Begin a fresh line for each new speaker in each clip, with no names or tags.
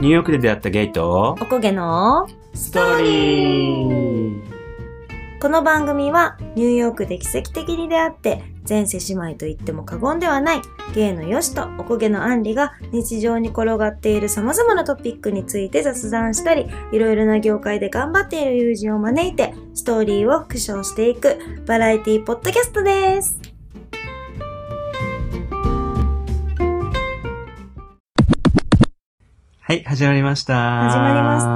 ニューヨークで出会ったゲイと
おこげの
ス
トーリーこの番組はニューヨークで奇跡的に出会って前世姉妹と言っても過言ではない芸のよしとおこげのあんりが日常に転がっている様々なトピックについて雑談したりいろいろな業界で頑張っている友人を招いてストーリーを復唱していくバラエティポッドキャストです
はい、始まりました。
始まりまし。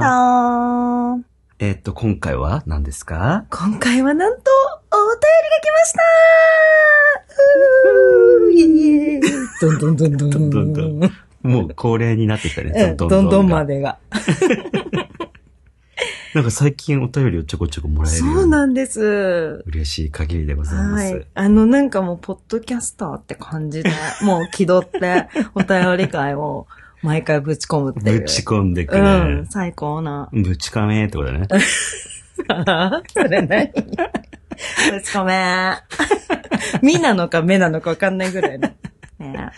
た
えっと、今回は何ですか
今回はなんとお便りが来ましたうーイエーイ
どんどんどんどん
どんどんどんもう恒例になってきた
う
ね。
んどんどんま
で。
でが。
なんか最近お便りをちょこちょこもらえる
そ
ように。
うなんです。
嬉しい限りでございま
は
す。
い。あの、なんかもう、ポッドキャスターって 感じで、もう気取って、お便り会を毎回ぶち込むっていう。
ぶち込んでく
う
ね
ん、。最高な。
ぶちかめーってことだね。
それ何ぶち込め。 みなのか目なのかわかんないぐらいの。ね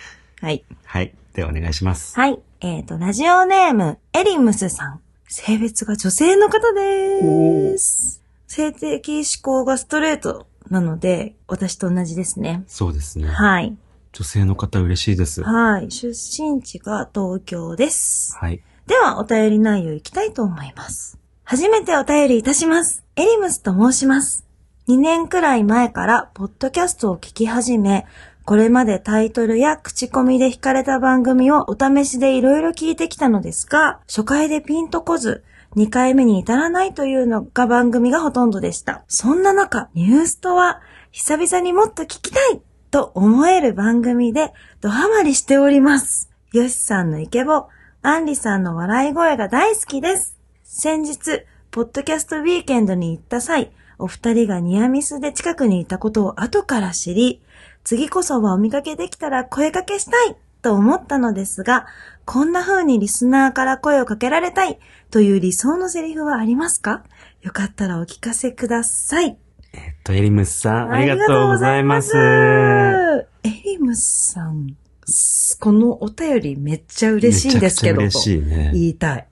はい。
はい。ではお願いします。
はい。えっ、と、ラジオネーム、エリムスさん。性別が女性の方です。性的思考がストレートなので、私と同じですね。
そうですね。
はい。
女性の方嬉しいです。は
はい。出身地が東京です。
い。
では、お便り内容いきたいと思います。初めてお便りいたします。エリムスと申します。2年くらい前から、ポッドキャストを聞き始め、これまでタイトルや口コミで惹かれた番組をお試しでいろいろ聞いてきたのですが、初回でピンとこず、2回目に至らないというのが番組がほとんどでした。そんな中、ニュースとは、久々にもっと聞きたいと思える番組で、ドハマりしております。ヨシさんのイケボ、アンリさんの笑い声が大好きです。先日、ポッドキャストウィーケンドに行った際、お二人がニアミスで近くにいたことを後から知り、次こそはお見かけできたら声かけしたいと思ったのですが、こんな風にリスナーから声をかけられたいという理想のセリフはありますかよかったらお聞かせください。
えっと、エリムスさん、ありがとうございます。
あ
エリムスさん、すこのお便りめっちゃ嬉しいんですけど、
めちゃくちゃ嬉しいね
と。言いたい。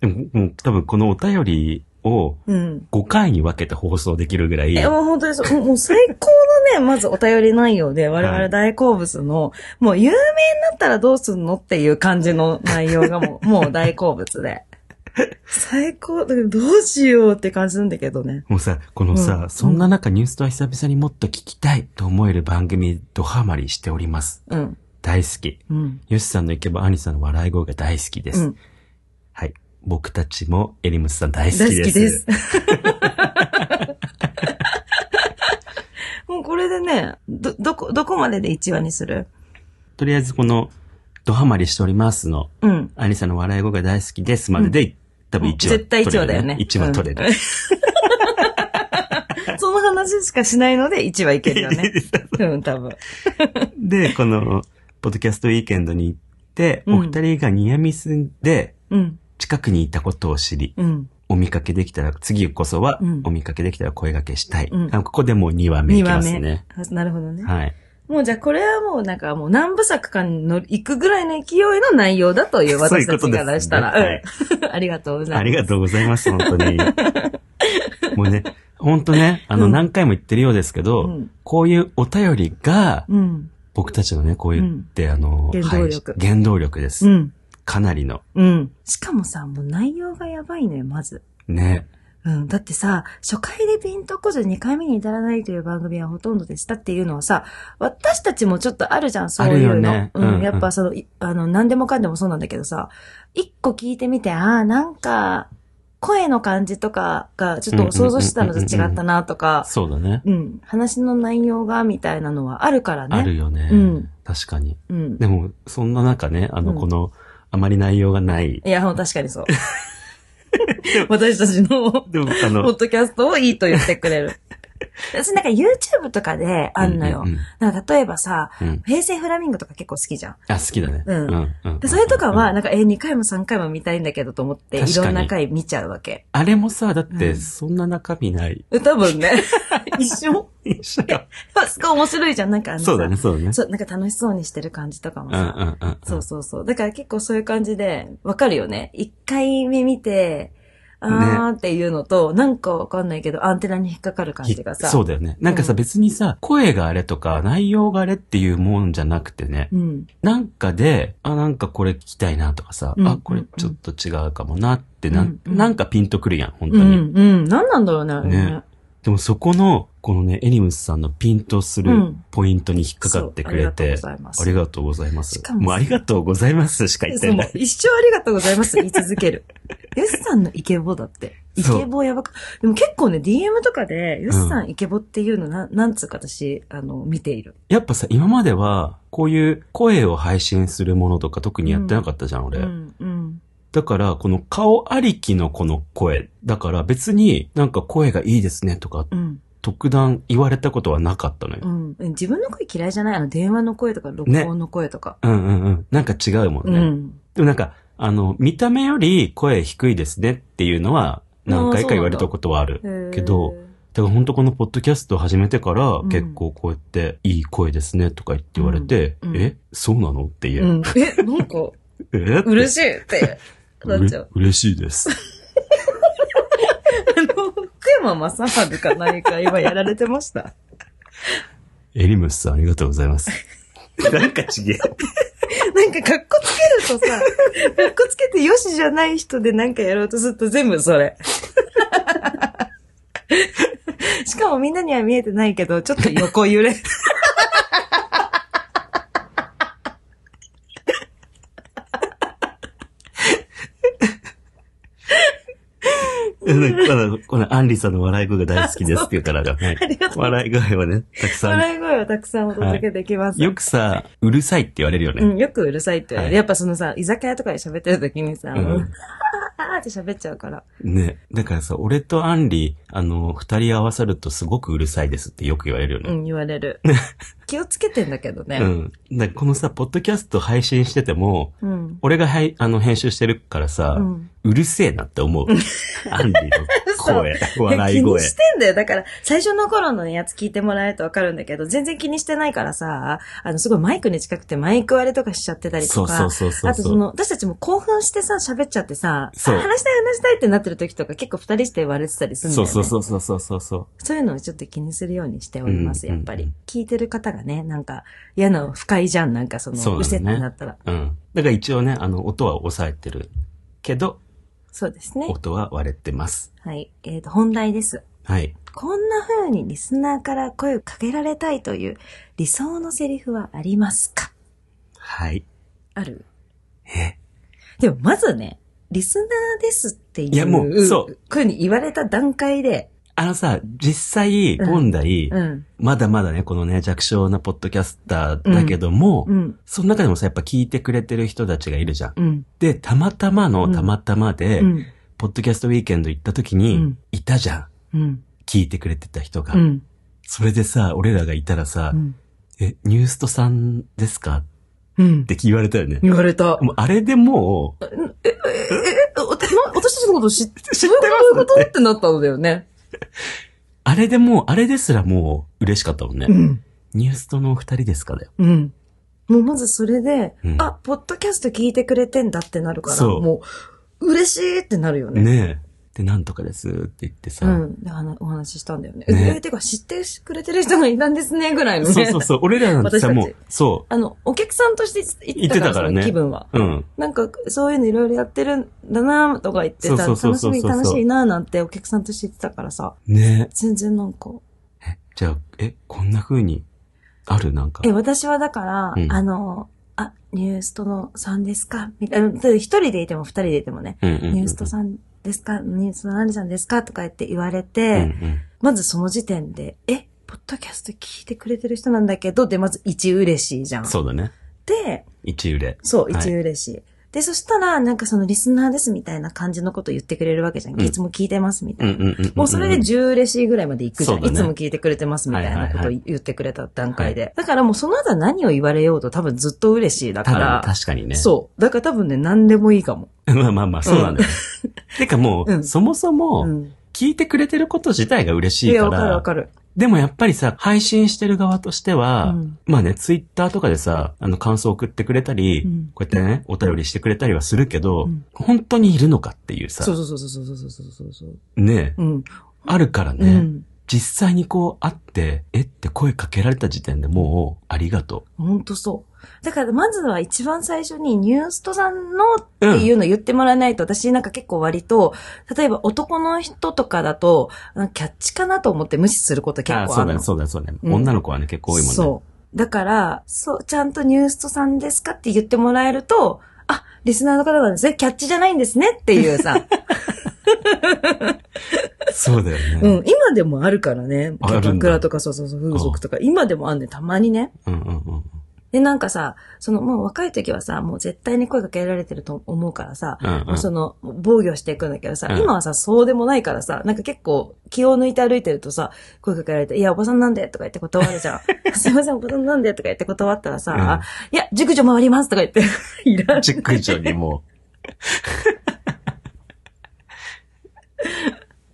でも、もう多分このお便りを
うん。
5回に分けて放送できるぐらい、
え、もう本当にそう、もうもう最高のね、まずお便り内容で、我
は
々
い
大好物の、もう有名になったらどうすんのっていう感じの内容 がもう、もう大好物で。最高、だけどどうしようって感じなんだけどね。
もうさ、このさ、
うん
そんな中ニュースとは久々にもっと聞きたいと思える番組、ドハマりしております。
うん。
大好き。
うん。
ヨシさんのイケボ、アニさんの笑い声が大好きです。
うん
はい。僕たちもエリムスさん大好き
大
です。
好きです。。 もうこれでね、ど、どこ、どこまでで1話にする
とりあえずこの、ドハマりしておりますの、
うん。
アニさんの笑い声が大好きですまでで、多分1話取れる、
絶対1話だよね。
1話取れ る。
うんその話しかしないので1話 いけるよね。うん、多分。
で、この、ポッドキャストウィーケンドに行って、
うん
お二人がニアミスで
うん、
近くにいたことを知り、
うん。
お見かけできたら、次こそは
うん
お見かけできたら声掛けしたい。
うん
あここでもう2話目いきますね。
あなるほどね。
はい。
もうじゃあこれはもうなんかもう何部作かに乗り行くぐらいの勢いの内容だという
そういう
私
こと
たち
ですね
からしたら。
はい
うん ありがとうございます。
ありがとうございます、本当 に。もうね、本当ね、あの、
うん
何回も言ってるようですけど、
うん
こういうお便りが、
うん。
僕たちのね、こう言って、あの、
原動力
はい原動力です。
うん。
かなりの。
うん。しかもさ、もう内容がやばいのよ、まず。
ね。
うん。だってさ、初回でピンとこず2回目に至らないという番組はほとんどでしたっていうのはさ、私たちもちょっとあるじゃん、そういう
あるよ
の。
ね
うん、
うん
やっぱその、いあの、何でもかんでもそうなんだけどさ、一個聞いてみて、ああ、なんか、声の感じとかがちょっと想像してたのと違ったなとか、
そうだね。
うん、話の内容がみたいなのはあるからね。
あるよね。
うん
確かに。
うん。
でも、そんな中ね、あの、
うん
この、あまり内容がない。
いや、もう確かにそう。私たちの、
でも、あ
ポッ
の、
ドキャストをいいと言ってくれる。
私なんか YouTube とかであんのよ。
うんうん
なんか例えばさ、
うんうん
平成フラミンゴとか結構好きじゃん。
あ、好きだね。
うん
うん
でそれとかは、
うん
なんか、え、2回も3回も見たいんだけどと思って、
確
い
かに
ろんな回見ちゃうわけ。
あれもさ、だって、
うん
そんな中身ない。
え多分 ね。一緒
一緒だ
あすごい面白いじゃん。なんかあのさ、
そうだね、そうだね。
そう、なんか楽しそうにしてる感じとかも
うんうん
さ。
うん。
そうそうそう。だから結構そういう感じで、わかるよね。一回目見て、あーっていうのと、なんかわかんないけど、アンテナに引っかかる感じがさ。。
そううだよね。なんかさ、
うん
別にさ、声があれとか、内容があれっていうもんじゃなくてね、
うん。
なんかで、あ、なんかこれ聞きたいなとかさ、
うん
あ、これちょっと違うかもなってな、ん
うんうん
なんかピンとくるやん、本当
う
に。
ん、うん。なんなんだろうね、あれ
ねでもそこの、このね、エニムスさんのピンとす
う
る
ん
ポイントに引っかかってくれて、
そうありがとうございま
あ
す
りがとうございます。
しかもさ
もうありがとうございますしか言って
そうも
な
う
い。
一生ありがとうございます言い続ける。ヨシさんのイケボだって。イ
そう
ケボやばか。でも結構ね、DM とかで、ヨシさんイケボっていうのな、ん、なんつうか私、あの、見ている。
やっぱさ、今までは、こういう声を配信するものとか特にやってなかったじゃん、
う
俺。
ん、うん。
だから、この顔ありきのこの声。だから別になんか声がいいですねとか、
うん、
特段言われたことはなかったの
う
よ。
ん。自分の声嫌いじゃないあの、電話の声とか、録音の声とか。
うんうんうん。なんか違うもんね。
うん。
でもなんか、あの、見た目より声低いですねっていうのは何回か言われたことはある。けど
へー、
だから本当このポッドキャストを始めてから
ん
結構こうやっていい声ですねとか言って言われて、
うんうん
えそうなのって言え。
うん。え、なんか、
えって
嬉しいって。なっちゃう。
うれ嬉しいです。
あの、福山雅治か何か今やられてました。
エリムスさんありがとうございます。なんかちげえ。
なんか、かっこつけるとさ、かっこつけてよしじゃない人でなんかやろうとすると全部 それ。
しかもみんなには見えてないけど、ちょっと横 揺れ。
うんこのこのアンリさんの笑い声が大好きですっていうからが、はい
ありがとう
笑い声はね、たくさん。
笑い声をたくさんお届けできます。
よくさ、うるさいって言われるよ
う
ね。
ん、よくうるさいって言われ
は
る。
い
やっぱそのさ、居酒屋とかで喋ってる時にさ、
うん
あーって喋っちゃうから。
ね。だからさ、俺とアンリ、あの、二人合わさるとすごくうるさいですってよく言われるよ
う
ね。
ん、言われ る。気をつけてんだけど
う
ね。
ん。だからこのさ、ポッドキャスト配信してても、
うん。
俺がはい、あの、編集してるからさ
う、ん。
うるせえなって 思う。アンリの声、笑い
気に
声。
してんだよ。だから、最初の頃のやつ聞いてもらえるとわかるんだけど、全然気にしてないからさ、あの、すごいマイクに近くてマイク割れとかしちゃってたり
そ
と
う
か、
そうそうそう。
あとその、私たちも興奮してさ、喋っちゃってさ、あ
そう
話したい話したいってなってる時とか結構二人して割れてたりするんだ
そ
よ
う
ね。
そうそうそうそうそうそう。
そういうのをちょっと気にするようにしております、
うん
やっぱり。
うんうん
聞いてる方がね、なんか嫌なの不快じゃん、なんかその、
そうなのね
せってなったら。
うん。だから一応ね、あの、音は抑えてるけど、
そうですね。
音は割れてます。
はい。えっ、と、本題です。
はい。
こんな風にリスナーから声をかけられたいという理想のセリフはありますか
はい。
ある
え
でもまずね、リスナーですっていう。
いやもうそう。
こういうふうに言われた段階で、
あのさ、実際、
うん
本来、
うん、
まだまだね、このね、弱小なポッドキャスターだけども、
うん、
その中でもさ、やっぱ聞いてくれてる人たちがいるじゃん。
うん、
で、たまたま
う
の
ん
たまたまで、
うん、
ポッドキャストウィーケンド行った時
う
に
ん、
いたじゃん。
うん、
聞いてくれてた人が。
うん、
それでさ、俺らがいたらさ、
うん、
え、ニューストさんですかっ
うん。
て言われたよね。
言われた。
もうあれでもう、
え、え、おたな私たちのこと知って、
知って
どういう
ま
こ
す
と
っ。
っててなったのだよね。
あれでもう、あれですらもう嬉しかったもんね。
うん、
ニューストのお二人ですかだよ。
うん。もうまずそれで、
うん
あ、ポッドキャスト聞いてくれてんだってなるから、
そう
もう、嬉しいってなるよね。
ねえ。で、なんとかですって言ってさ。
うん。で、あのお話ししたんだよね。
ね
え、てか知ってくれてる人がいたんですね、ぐらいのね。
そうそうそう。俺らなんて
私
さ、
たち
もう、そ
あの、お客さんとして行って
行
たから、
ってたからね
その気分は。
う。うん。
なんか、そういうのいろいろやってるんだなとか言って
そう
さ、楽
そう
し
そうそう
み楽しいななんてお客さんとして言ってたからさ、
ね
全然なんか。
え。えじゃあ、え、こんな風に、あるなんか
え、。私はだから、
うん
あの、あ、ニューストのさんですかみたいな、一人でいても二人でいてもね、
うんうんうん
ニューストさんですかニューストの何さんですかとか言って言われ
うんう
て、
ん。
まずその時点で、え、ポッドキャスト聞いてくれてる人なんだけど、で、まず一嬉しいじゃん。
そうだね。
で、
一売れ。
そう、
はい
一嬉しい。
で、そしたら、なんかそのリスナーですみたいな感じのこと言ってくれるわけじゃん。
うん
いつも聞いてますみた
うん
い
うんう
な。
んうんうん。
もうそれで10レシーぐらいまで行くじゃ
そ
ん、
うだ
い
ね
つも聞いてくれてますみたいなこと
はい
を
はいは
言ってくれた段階で。だからもうその後は何を言われようと多分ずっと嬉しいだ
た
か
だ
ら。
ね、確かにね。
そう。だから多分ね、何でもいいかも。
う。 まあまあまあ、そうなんだよね。 てかもう、
うん
そもそも、
ん。
聞いてくれてること自体が嬉しい
や、
か
わかる
ら
わ、かる。
でもやっぱりさ、配信してる側としては、
うん
まあね、ツイッターとかでさ、あの、感想送ってくれたり、
うん
こうやってね、お便りしてくれたりはするけど、
うん
本当にいるのかっていう
そ
さ
う、そうそうそうそうそうそうそう。
ね、
うん。
あるからね、
うん。
実際にこう会って、えって声かけられた時点でもう、ありがと
ほんとそう。だから、まずは一番最初にニューストさんのっ
う。
ていううの言ってもらわないと、私なんか結構割と、例えば男の人とかだと、あキャッチかなと思って無視すること結
あ
構
そ
あ
うだね、
るの。
そうだね、そうだね、
うん
女の子はね、結構多いもんね。
そう。だから、そう、ちゃんとニューストさんですかって言ってもらえると、あ、リスナーの方なんですね、キャッチじゃないんですねっていう さ、
そうだよね。
うん、今でもあるからね、キ
ある
ャ
んだ
バクラとかそうそうそう、風俗とか、今でもあんねんたまにね。
うんうんうん。
で、なんかさ、そのもう若い時はさ、もう絶対に声かけられてると思うからさ、
うんうん
もうその、防御していくんだけどさ、
うん
今はさ、そうでもないからさ、なんか結構気を抜いて歩いてるとさ、声かけられて、いや、おばさんなんでとか言って断る じゃん。すいません、おばさんなんでとか言って断ったらさ、いや、熟女回りますとか言って、 いらん。
チェック以上にもう。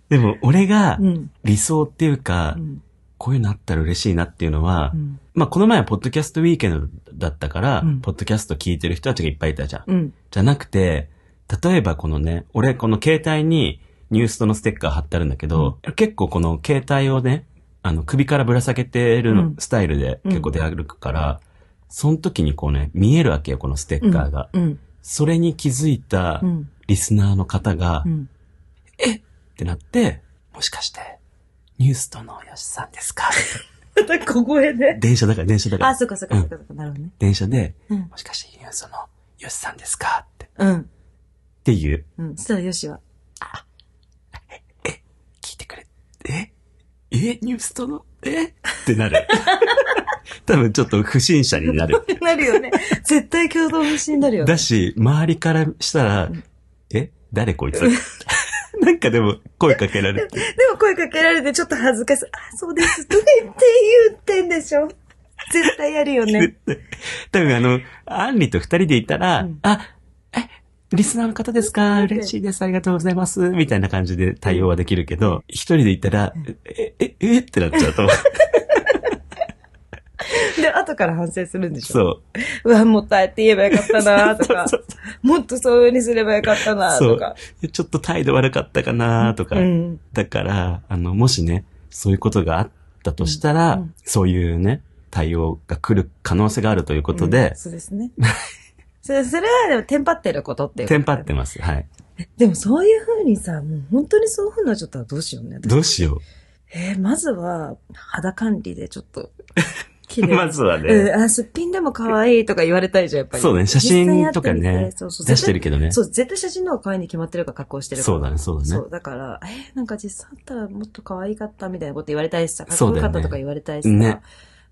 でも、俺が
うん。
理想っていうか、
うん。
こういうのあったら嬉しいなっていうのは、
うん。
まあ、この前はポッドキャストウィーケンドだったから、
うん
ポッドキャスト聞いてる人たちがいっぱいいたじゃん。
うん。
じゃなくて、例えばこのね、俺この携帯にニュースとのステッカー貼ってあるんだけど、結構この携帯をね、あの首からぶら下げてる
う
の
ん
スタイルで結構出歩くから、その時にこうね、見えるわけよ、このステッカーが。
うん。
それに気づいた
うん。
リスナーの方が、
う
っ
ん。
てなって、もしかして、ニュースとの吉さんですか
また小声で。
電車だから、電車だか
あ、
ら。
そっかそっかそっかそっか、なるほどね。
電車で、
うん。
もしかしてニュースとの吉さんですかって。
うん。
っていう、
うん。そしたらよしは。
聞いてくれ。ええニュースとのえってな る。多分ちょっと不審者になる。
なるよね。絶対共同不審になるよね。
だし、周りからしたら
ん、
え誰こいつ なんかでも声かけられて。
でも声かけられてちょっと恥ずかしい。あ、そうです。とか言って言ってんでしょ。絶対やるよね。
多分あの、アンリと二人でいたら、
うん
あ、え、リスナーの方ですか
うん
嬉しいです。ありがとうございます。みたいな感じで対応はできるけど、一人でいたら、え、え、えってなっちゃう と思う。
で、後から反省するんでしょ。う。
そう。
わ、もっとあえて言えばよかったなとか
そうそう、
もっとそういう風にすればよかったな
そ
と
う
か。。
ちょっと態度悪かったかなとか。
うん。
だから、あの、もしね、そういうことがあったとしたら、
うんうん
そういうね、対応が来る可能性があるということで
うん、そうですね。 それそれはでもテンパってることっていうこ
テ
とだ
ン
ね
パってます。はい。
でもそういう風にさ、もう本当にそういう風になっちゃったらどうしようね。
どうしよ
えーまずは、肌管理でちょっ と、
う。
綺麗 に
まずは
う
ね、
ん、あ、すっぴんでも可愛いとか言われたいじゃん、やっぱり。
そうね写真
実際やってみて
とかね
そうそう
出してるけどね
そう、絶対写真の方が可愛いに決まってるから加工してるから。
そうだねそうだね
そう、だから、えーなんか実際あったらもっと可愛かったみたいなこと言われたいしさ、かっ
そ
こ
う
よ
だ
か
よね
ったとか言われたいしさ、
ね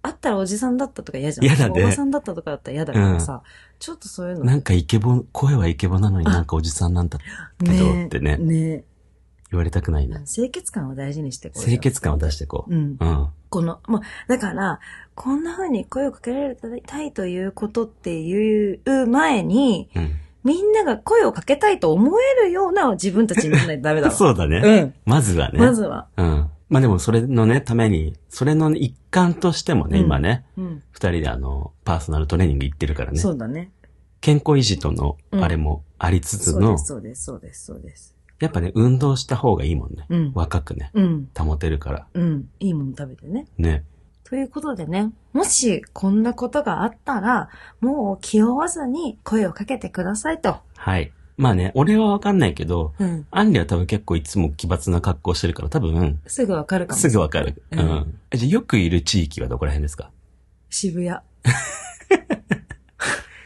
あったらおじさんだったとか嫌じゃん。
嫌だね
おばさんだったとかだったら嫌だからさ、ちょっとそういうの。
なんかイケボ、声はイケボなのに
あ
なんかおじさんなんだけどってね、
ね
言われたくないな。
清潔感を大事にしてこうよ
清潔感を出していこう。
うん。
うん。
この、まあ、だから、こんな風に声をかけられたいということっていう前に、
うん。
みんなが声をかけたいと思えるような自分たちにならないとダメだわ。
そうだね。
うん。
まずはね。
まずは。
うん。まあでもそれのね、ために、それの一環としてもね、
うん
今ね、
うん。
二人であの、パーソナルトレーニング行ってるからね。
そうだね。
健康維持との、
うん
あれもありつつ
そう
の、
です、そうです、そうです、そうです。
やっぱね、運動した方がいいもんね。
うん。
若くね、
うん。
保てるから。
うん。いいもの食べてね。
ね。
ということでね、もしこんなことがあったら、もう気負わずに声をかけてくださいと。
はい。まあね、俺はわかんないけど、
うん。
アンリは多分結構いつも奇抜な格好してるから、多分、
すぐわかるかもし
す
れない。
ぐわかる。
う
うんん。じゃあよくいる地域はどこら辺ですか
渋谷。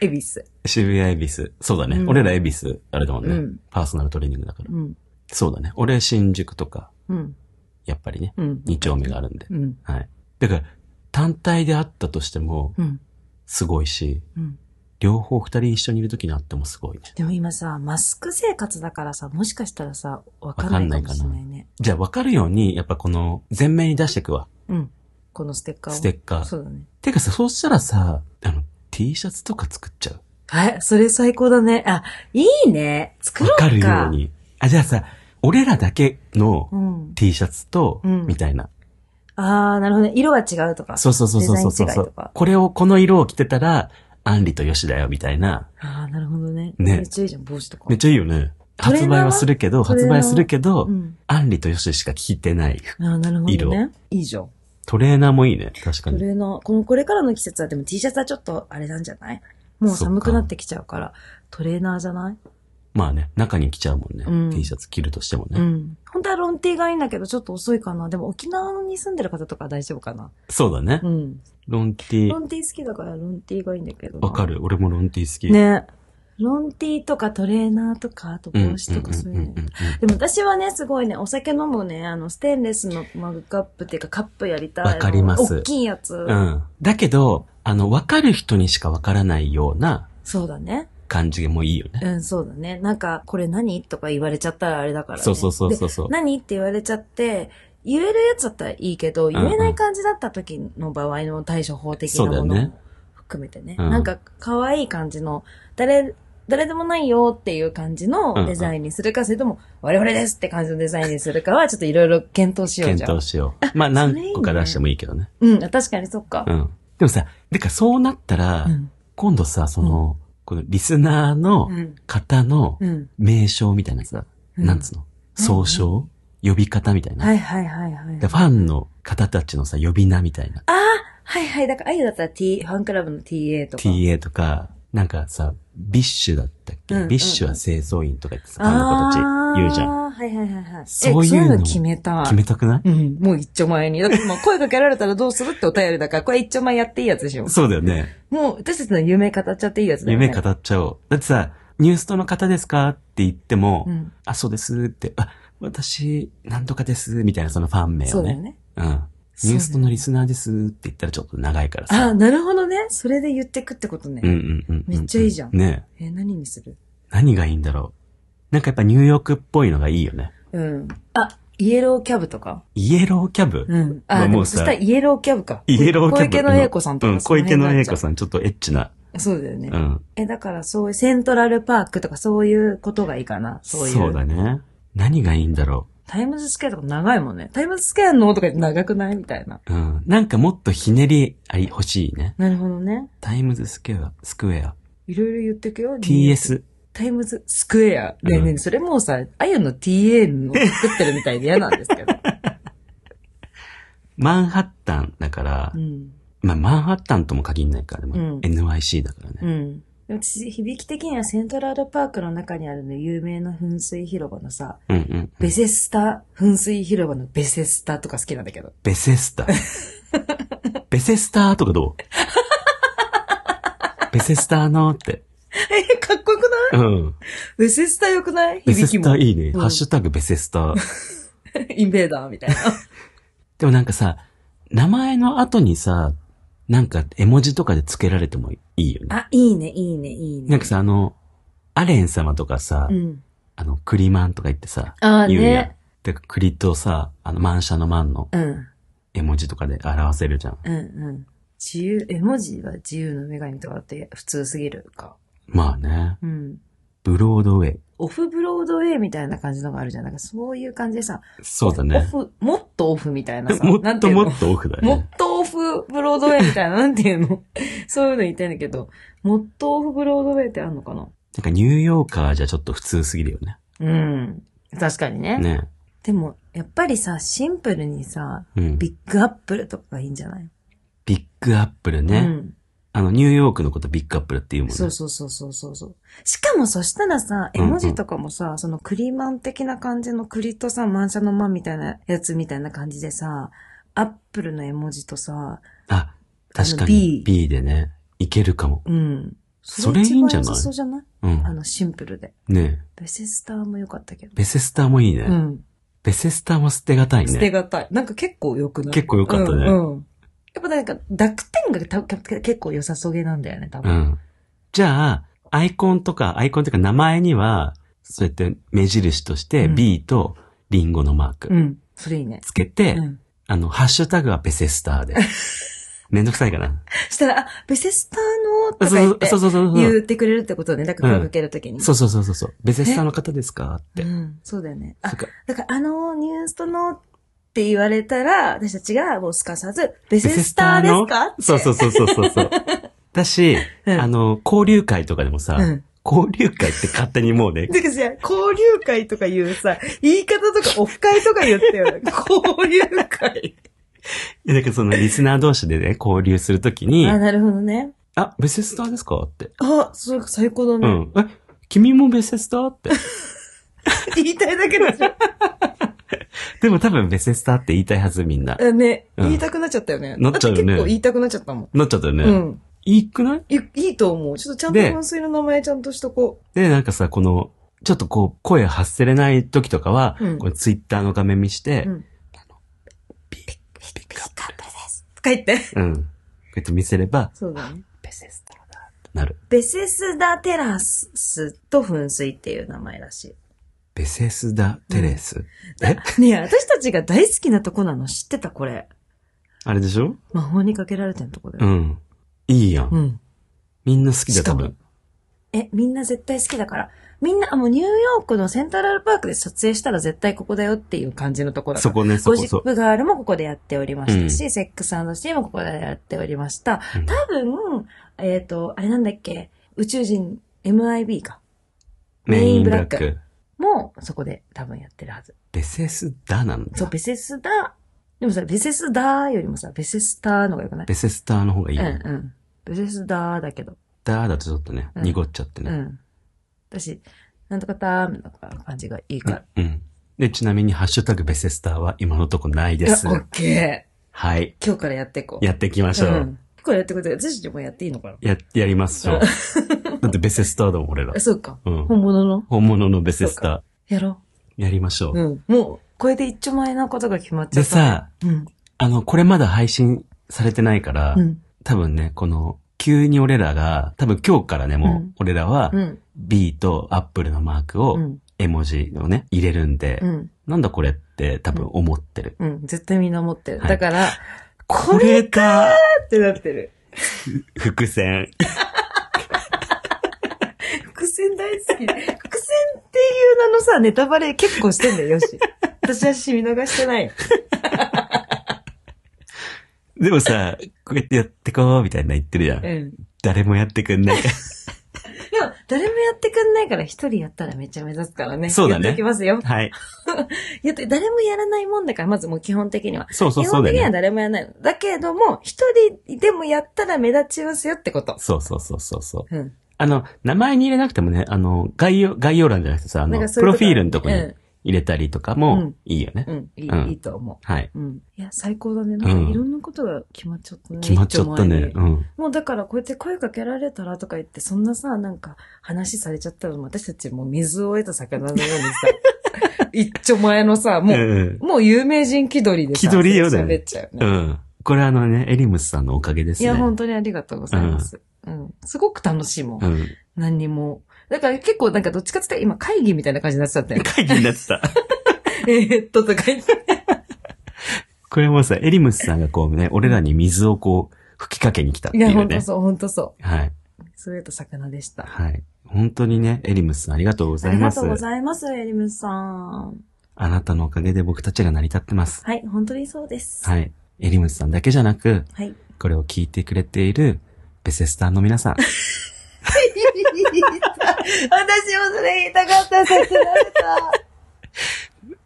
恵比寿。
渋谷恵比寿。そうだね。
うん
俺ら恵比寿、あれだもんね、
うん
パーソナルトレーニングだから。
うん。
そうだね。俺新宿とか、
うん。
やっぱりね、
うん。
二丁目があるんで。
うん。
はい。だから、単体であったとしても、
うん。
すごいし、
うん。
両方二人一緒にいる時のあってもすごいね。
でも今さ、マスク生活だからさ、もしかしたらさ、わかんないかもしれないね。
じゃあ分かるように、やっぱこの、前面に出してくわ。
うん。このステッカーを。
ステッカー。
そうだね。
てかさ、そうしたらさ、あの、T シャツとか作っちゃう。
はい、それ最高だね。あ、いいね。作ろ
わ
うか。
かるように。あ、じゃあさ、俺らだけの
うん。
T シャツと、
うん
みたいな。
ああ、なるほどね。色が違うとか。
そうそうそうそうそう
デ
そ
ザイン違いと
う
か。
これを、この色を着てたら、アンリとヨシだよ、みたいな。
ああ、なるほどね。
ね
めっちゃいいじゃん、帽子とか。
めっちゃいいよね。
トレーナ
発売
ー
はするけど、
トレー
発
ナー
売するけど、
うん。
アンリとヨシしか着てない。
ああ、なるほどね。いいじゃん。
トレーナーもいいね、確か
ト
に。
レーナー、この、これからの季節はでも T シャツはちょっとあれなんじゃないもう寒くなってきちゃうから、トレーナーじゃない
まあね、中に着ちゃうもんね。
うん
T シャツ着るとしてもね。
うん。本当はロンティがいいんだけど、ちょっと遅いかな。でも沖縄に住んでる方とかは大丈夫かな。
そうだね。
うん。
ロンティ
ロンティ好きだからロンティがいいんだけどな。
わかる。俺もロンティ好き。
ね。ロンティとかトレーナーとか、あと
うん。うん
帽子とかそういうの
ん。んん
でも私はね、すごいね、お酒飲むね、あの、ステンレスのマグカップっていうかカップやりたい。
わかります
大きいやつ。
うん。だけど、あの、わかる人にしかわからないような
そうだね。
感じもいいよね。
うん、そうだね。なんか、これ何とか言われちゃったらあれだから、ね。
そうそうそうそう
で
そう。
何って言われちゃって、言えるやつだったらいいけど、
ん
言えない感じだった時の場合の対処法的な
そうだ
も
よ
の
ね
も含めてね。
うん
なんか、可愛い感じの、誰、誰でもないよっていう感じのデザインにするか、それとも、我々ですって感じのデザインにするかは、ちょっといろいろ検討しようじ
検
ゃん。
討しよう。まあ、
それいいね
何個か出してもいいけどね。
うん、確かにそっか
う。ん。でもさ、てかそうなったら
う、ん。
今度さ、その、このリスナーの
うん。
方の
うん。
名称みたいなやつだ。
うん
なんつうの総称呼び方みたいな。
はいはいはいはい
で。ファンの方たちのさ、呼び名みたいな。
ああはいはい。だから、あゆだったら T、ファンクラブの TA とか。
TA とか、なんかさ、ビッシュだったっけ、
うんうん
ビッシュは清掃員とか言ってさ、ファンの子たち言うじゃん。
ん。はいはいはいはい。え
そういうの
そ決めたい。
決めたくない
うん、もう一丁前に。だってもう声かけられたらどうするってお便り だから、これ一丁前やっていいやつでしょ。
そうだよね。
もう私たちの夢語っちゃっていいやつだよね。
夢語っちゃおう。だってさ、ニュースとの方ですかって言っても、
うん。
あ、そうですって、あ、私、なんとかです、みたいなそのファン名
そ
を
うだ
ね。
よね。
うん。ニュースとのリスナーですって言ったらちょっと長いから
ああ、
さ。
なるほどね。それで言ってくってことね。
うんうんうんうん。
めっちゃいいじゃん
ねえ
えー何にする
何がいいんだろう。なんかやっぱニューヨークっぽいのがいいよね。
うん。あ、イエローキャブとか。
イエローキャブ、
うん。
まあ
あ、で
も
も
う
そ
さ
したらイエローキャブか。
イエローキャブ
小池の英子さんと
う
か
ん、小池の英子
ん。
さん、ちょっとエッチな。
そうだよね
う。ん。
え、だからそういうセントラルパークとかそういうことがいいかな。そういう。
そうだね。何がいいんだろ
タイムズスケアとか長いもんね。タイムズスケアのとか言って長くないみたいな。
う。うん。なんかもっとひねりあり欲しいね。
なるほどね。
タイムズスクエア、スクエア。
いろいろ言ってくよ。
TS。
タイムズスクエア。ねえね
う
え、それもうさ、あゆの TA の作ってるみたいで嫌なんです けど。
マンハッタンだから、
うん。
まあマンハッタンとも限んないから、でも
うん
NYC だからね。
うん。でも私、響き的にはセントラルパークの中にあるの有名な噴水広場のさ、
うんうん。
ベセスタ、噴水広場のベセスタとか好きなんだけど。
ベセスタ。ベセスターとか どうベセスターのって。
え、かっこよくない
うん。
ベセスタよくない
ベセ
響き
ス
も
タ。いいね。
うん
ハッシュタグベセスター。
インベーダーみたいな。
でもなんかさ、名前の後にさ、なんか絵文字とかで付けられてもいいよね。
あ、いいね、いいね、いいね。
なんかさ、あの、アレン様とかさ、
うん。
あの、クリマンとか言ってさ、
ああ
言うやん
ね。。
てか、クリとさ、あの、満車の満の
うん。
絵文字とかで表せるじゃん。
うんうん。自由、絵文字は自由の女神とかだって普通すぎるか。
まあね。
うん。
ブロードウェイ。
オフブロードウェイみたいな感じのがあるじゃん。なんかそういう感じでさ、
そうだ
オ
ね。
フ、もっとオフみたいな さ、
も
な
っ
んて
と
いうの
もっとオフだ
もっ
ね。
とオフブロードウェイみたいな、なんていうの そういうの言いたいんだけど、もっとオフブロードウェイってあるのかな
なんかニューヨーカーじゃちょっと普通すぎるよね。
うん。確かにね。
ね。
でも、やっぱりさ、シンプルにさ、
うん。ビ
ビッグアップルとかがいいんじゃない
ッグアップルね。
うん。
あの、ニューヨークのことビッグアップルっていうもんね。
そうそうそうそうそうそう。しかもそしたらさ、絵文字とかもさ、そのクリマン的な感じのクリとさ、満車のマンみたいなやつみたいな感じでさ、アップルの絵文字とさ、
あ、確かに
B
B でね、いけるかも。
うん。
それいいんじゃない
一番良さそうじゃないうあ
ん。
の、シンプルで。
ね
ベセスターも良かったけど。
ベセスターもいいね。
うん。
ベセスターも捨てがたい
捨て
ね。
がたい。なんか結構良くない
結構良かったね
うん。うんやっぱなんか、濁点がた結構良さそうげなんだよね、多
う
分。
ん。じゃあ、アイコンとか、アイコンというか名前には、そうやって目印として
うん
B とリンゴのマーク
うん。それいいね。
つけて、
うん。
あの、ハッシュタグはペセスターで。 めんどくさいかな。
したら、あ、ベセスターの、とか
そ
言っ
う
て
そうそうそうそ
言
う。
ってくれるってことね。だから声かけるときに。
そうそうそうそうそう。ベセスターの方ですかって。
うん。そうだよね。あ
そっ、か
だからあのニュースとのって言われたら、私たちがもうすかさず、ベセスターですかって。
そうそうそうそうそう そう。だし、
うん
あの、交流会とかでもさ、
うん。
交流会って勝手にもう ね、
てかさ、交流会とか言うさ、言い方とかオフ会とか言って よ。交流会。
だからそのリスナー同士でね、交流するときに
あ、、なるほどね。
あ、ベセスターですかって。
あ、それ最高だ
う
ね。
ん。え、君もベセスターって。
言いたいだけでし
でも多分ベセスターって言いたいはずみんな。
ょ。ね、
うん
言いたくなっちゃったよね。
なっちゃうよね
だて結構言いたくなっちゃったもん。
なっちゃったよね。
うん。
いいくない
いいいと思う。ちょっとちゃんと
で
噴水の名前ちゃんとしとこ
で、なんかさ、この、ちょっとこう、声発せれない時とかは、
うん
このツイッターの画面見して、
う。うん。
ピックアップ。
とか言って。
うん。こうやって見せれば、
そうだね。
ベセスターだってなる。
ベセスダテラスと噴水っていう名前らし
ベセスダテレス。え
い。ねえ、私たちが大好きなとこなの知ってたこれ。
あれでしょ
魔法にかけられてるとこだ
う
よ。
ん。いいやん。
うん。
みんな好きだよ、
しか
多
も
分。
え、みんな絶対好きだから。みんな、あもうニューヨークのセントラルパークで撮影したら絶対ここだよっていう感じのとこだか
そ
ら。
こね、そ
ゴ
こ
シ
そ
ッ
う。
プガールもここでやっておりましたし、
う
セックスシーもここでやっておりました。
うん
多分、えっ、と、あれなんだっけ、宇宙人 MIB か。
メインブラッ
メイン
ク。
もうそこで多分やってるはず。
ベセスダなん
そ
だ。
う、ベセスダ。でもさ、ベセスダよりもさ、ベセスターの方がよくない
ベセスターの方がいいよ。
うんうん。ベセスダーだけど。
ダーだとちょっとね、
うん
濁っちゃって
う
ね。
ん。私、なんとかタームとか感じがいいから。
うん。で、ちなみに、ハッシュタグベセスターは今のとこないです
い。やオッケ
はい。
ー。今日からやっていこう。
やっていきましょう。
ん。これやってくれて、私たちもやっていいのかな
や、やりましょう。 だってベセスターだもん、俺ら
あ、。そうか。
うん。
本物の
本物のベセス
そう
タ
やろ
ー。やりましょ
う。
う。
うん。もう、これで一丁前なことが決まっちゃ
で
った。
さ、
うん。
あの、これまだ配信されてないから、
うん。
多分ね、この、急に俺らが、多分今日からね、も
う、
うん俺らは
う、ん。
B と Apple のマークを
う、ん。
絵文字をね、入れるんで
う、ん。
なんだこれって多分思ってる。
うん。絶対みんな持ってる。
はい
だから、
これだ
ってなってる。
伏線。
伏線大好き。伏線っていう名のさ、ネタバレ結構してんだよ、よし。私は染み逃してない。
でもさ、こうやってやってこう、みたいな言ってるじゃん。
うん。
誰もやってくん ないから。
でも、誰もやってくんないから、一人やったらめっちゃ目指すからね。
そうだね
やってきますよ。
はい。
やって、誰もやらないもんだから、まずもう基本的には。
そうそうそう
基本
だ
的には
よね。
誰もやらないの。だけども、一人でもやったら目立ちますよってこと。
そうそうそうそうそう。
うん。
あの、名前に入れなくてもね、あの、概要、概要欄じゃなくてさ、あ
な
の、
んかそ
プ
ういう
ロ
と
フ
こ
ィールのとこに
うん
入れたりとか
う
も
ん
いいよね。
うん、いい、
うん
いいと思
はい。
う。うん。いや、最高だね。なん
うん
かいろんなことが決まっちゃったね。
決まっちゃったね
一。丁
う
前に
ん。
もうだからこうやって声かけられたらとか言って、そんなさ、なんか話されちゃったら私たちもう水を得た魚のようにさ、一丁前のさ、もう、
うん
もう有名人気取りでさ、
気取りよだよね
喋っちゃうね。
うん。これあのね、エリムスさんのおかげです
い
ね。
や、本当にありがとうございます。うん。すごく楽しいもん。
うん。。
何にも。だから結構なんかどっちかって言ったら今会議みたいな感じになっちゃったよ
会議になってた。
えーっととか言って。
これもさ、エリムスさんがこうね、俺らに水をこう、吹きかけに来たって
い
い
や、ほ
うん
と
ね。
そう、ほんとそ
はい。
う。それと魚でした。
はい。本当にね、エリムスさんありがとうござ
あ
い
り
ま
が
す。
とうございます、エリムスさん。
あなたのおかげで僕たちが成り立ってます。
はい、本当にそうです。
はい。エリムスさんだけじゃなく、
はい。
これを聞いてくれている、ベセスターの皆さ ん。
私もそれ言いたかった、させられた。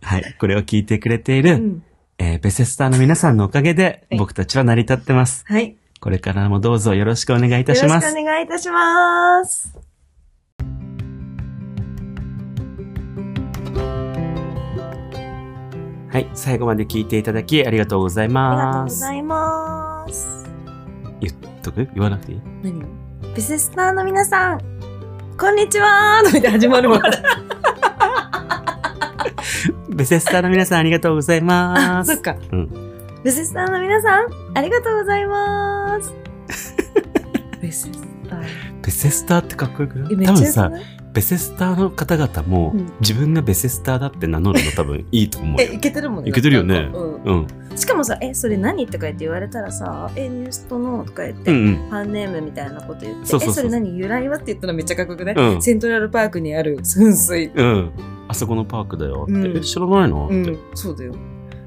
はい。これを聞いてくれていうる、
ん。
えーベセスターの皆さんのおかげで、
はい
僕たちは成り立ってます。
はい。
これからもどうぞよろしくお願いいたしま
よろし
す。
くお願いいたします。
はい。最後まで聞いていただきありがとうござい
ありがとう
ま
ご
す。
ざいます。
言っとく言わなくていい
何
ベセスターの皆さん、こんにちは
とか言って始まるもん。
ベセスターの皆さんありがとうございま
あ、そっ
す。
か。
ベセスターの皆さん、ありがとうございます。
ベセスター。
ベセスターってかっこよくない
えめっ
多
ちゃ
分
良く
さ
な、い
ベセスターの方々も、
うん
自分がベセスターだって名乗るの多分いいと思う
え、
よ
い。けてるもんね。
いけてるよね
う
う
ん
ん。
しかもさ、え、それ何とか言って言われたらさ、え、ニューストのとか言っ
う
て、
んうん。
ファンネームみたいなこと言って、
そうそうそう
え、それ何由来はって言ったらめっちゃかっこよくない、
うん
セントラルパークにある噴水。
うん。あそこのパークだよって。
うん
え知らないの、
うん、そうだよ。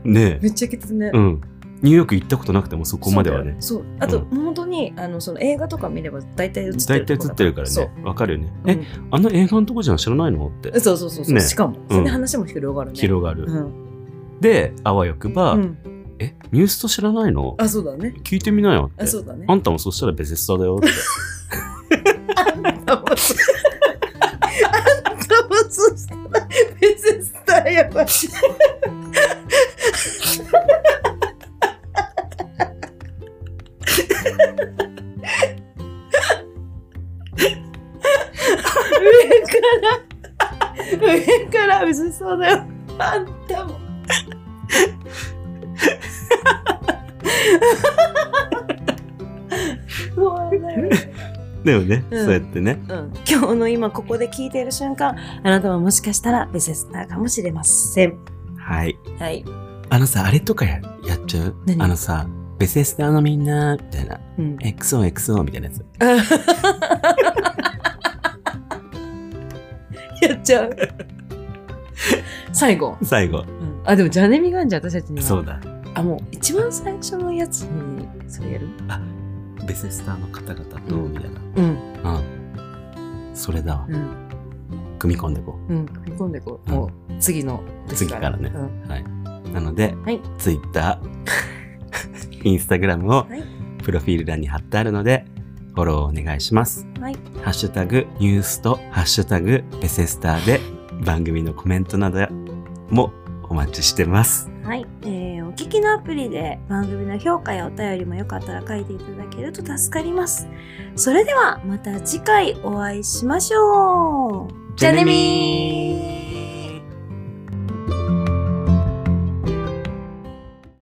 ねえ。
めっちゃきつね。
うん。ニューヨーク行ったことなくてもそこまではね。
そうだよそうあと、本当にあのその映画とか見れば大体映ってる
大体映ってるから
そう
ね。わかるよね。
う
え、
ん
あの映画のとこじゃん知らないのって。
そうそうそうそう、
ね
しかもそれで話も広がるね、
広がる。
うん
で、あわよくば、
うん、
え、ニュースと知らないの
あそうだね
聞いてみなよって
あ。そうだね
あんたもそしたらベセスターだよって。
あんたもそしたらベセスターやばい上から上からベセスターだよあんたもそうだよ
だよね、
うん
そうやってね。
うん今日の今ここで聞いている瞬間、あなたはもしかしたらベセスターかもしれません。
はい。
はい。
あのさ、あれとかややっちゃう
何
あのさ、ベセスターのみんな、みたいな。
うん。
XOXO みたいなやつ。
やっちゃう。最後、
最後。
あ、でもジャネミガンじゃん私たちには。
そうだ。
あ、もう一番最初のやつに、それやる
ベセスターの方々と、
うん
みたいな。
うん。
うん。それだわ。
うん。
組み込んでいこ
うん。組み込んでこう。
うん
もう、次の時
次からね
うん
う。はい。なので、
はい
Twitter、Instagram を
はい、
プロフィール欄に貼ってあるので、フォローお願いします。
はい。
ハッシュタグ、ニュースと、ハッシュタグ、ベセスターで、番組のコメントなどもお待ちしてます。
はい、えー、お聞きのアプリで番組の評価やお便りもよかったら書いていただけると助かります。それではまた次回お会いしましょう。
じゃねみー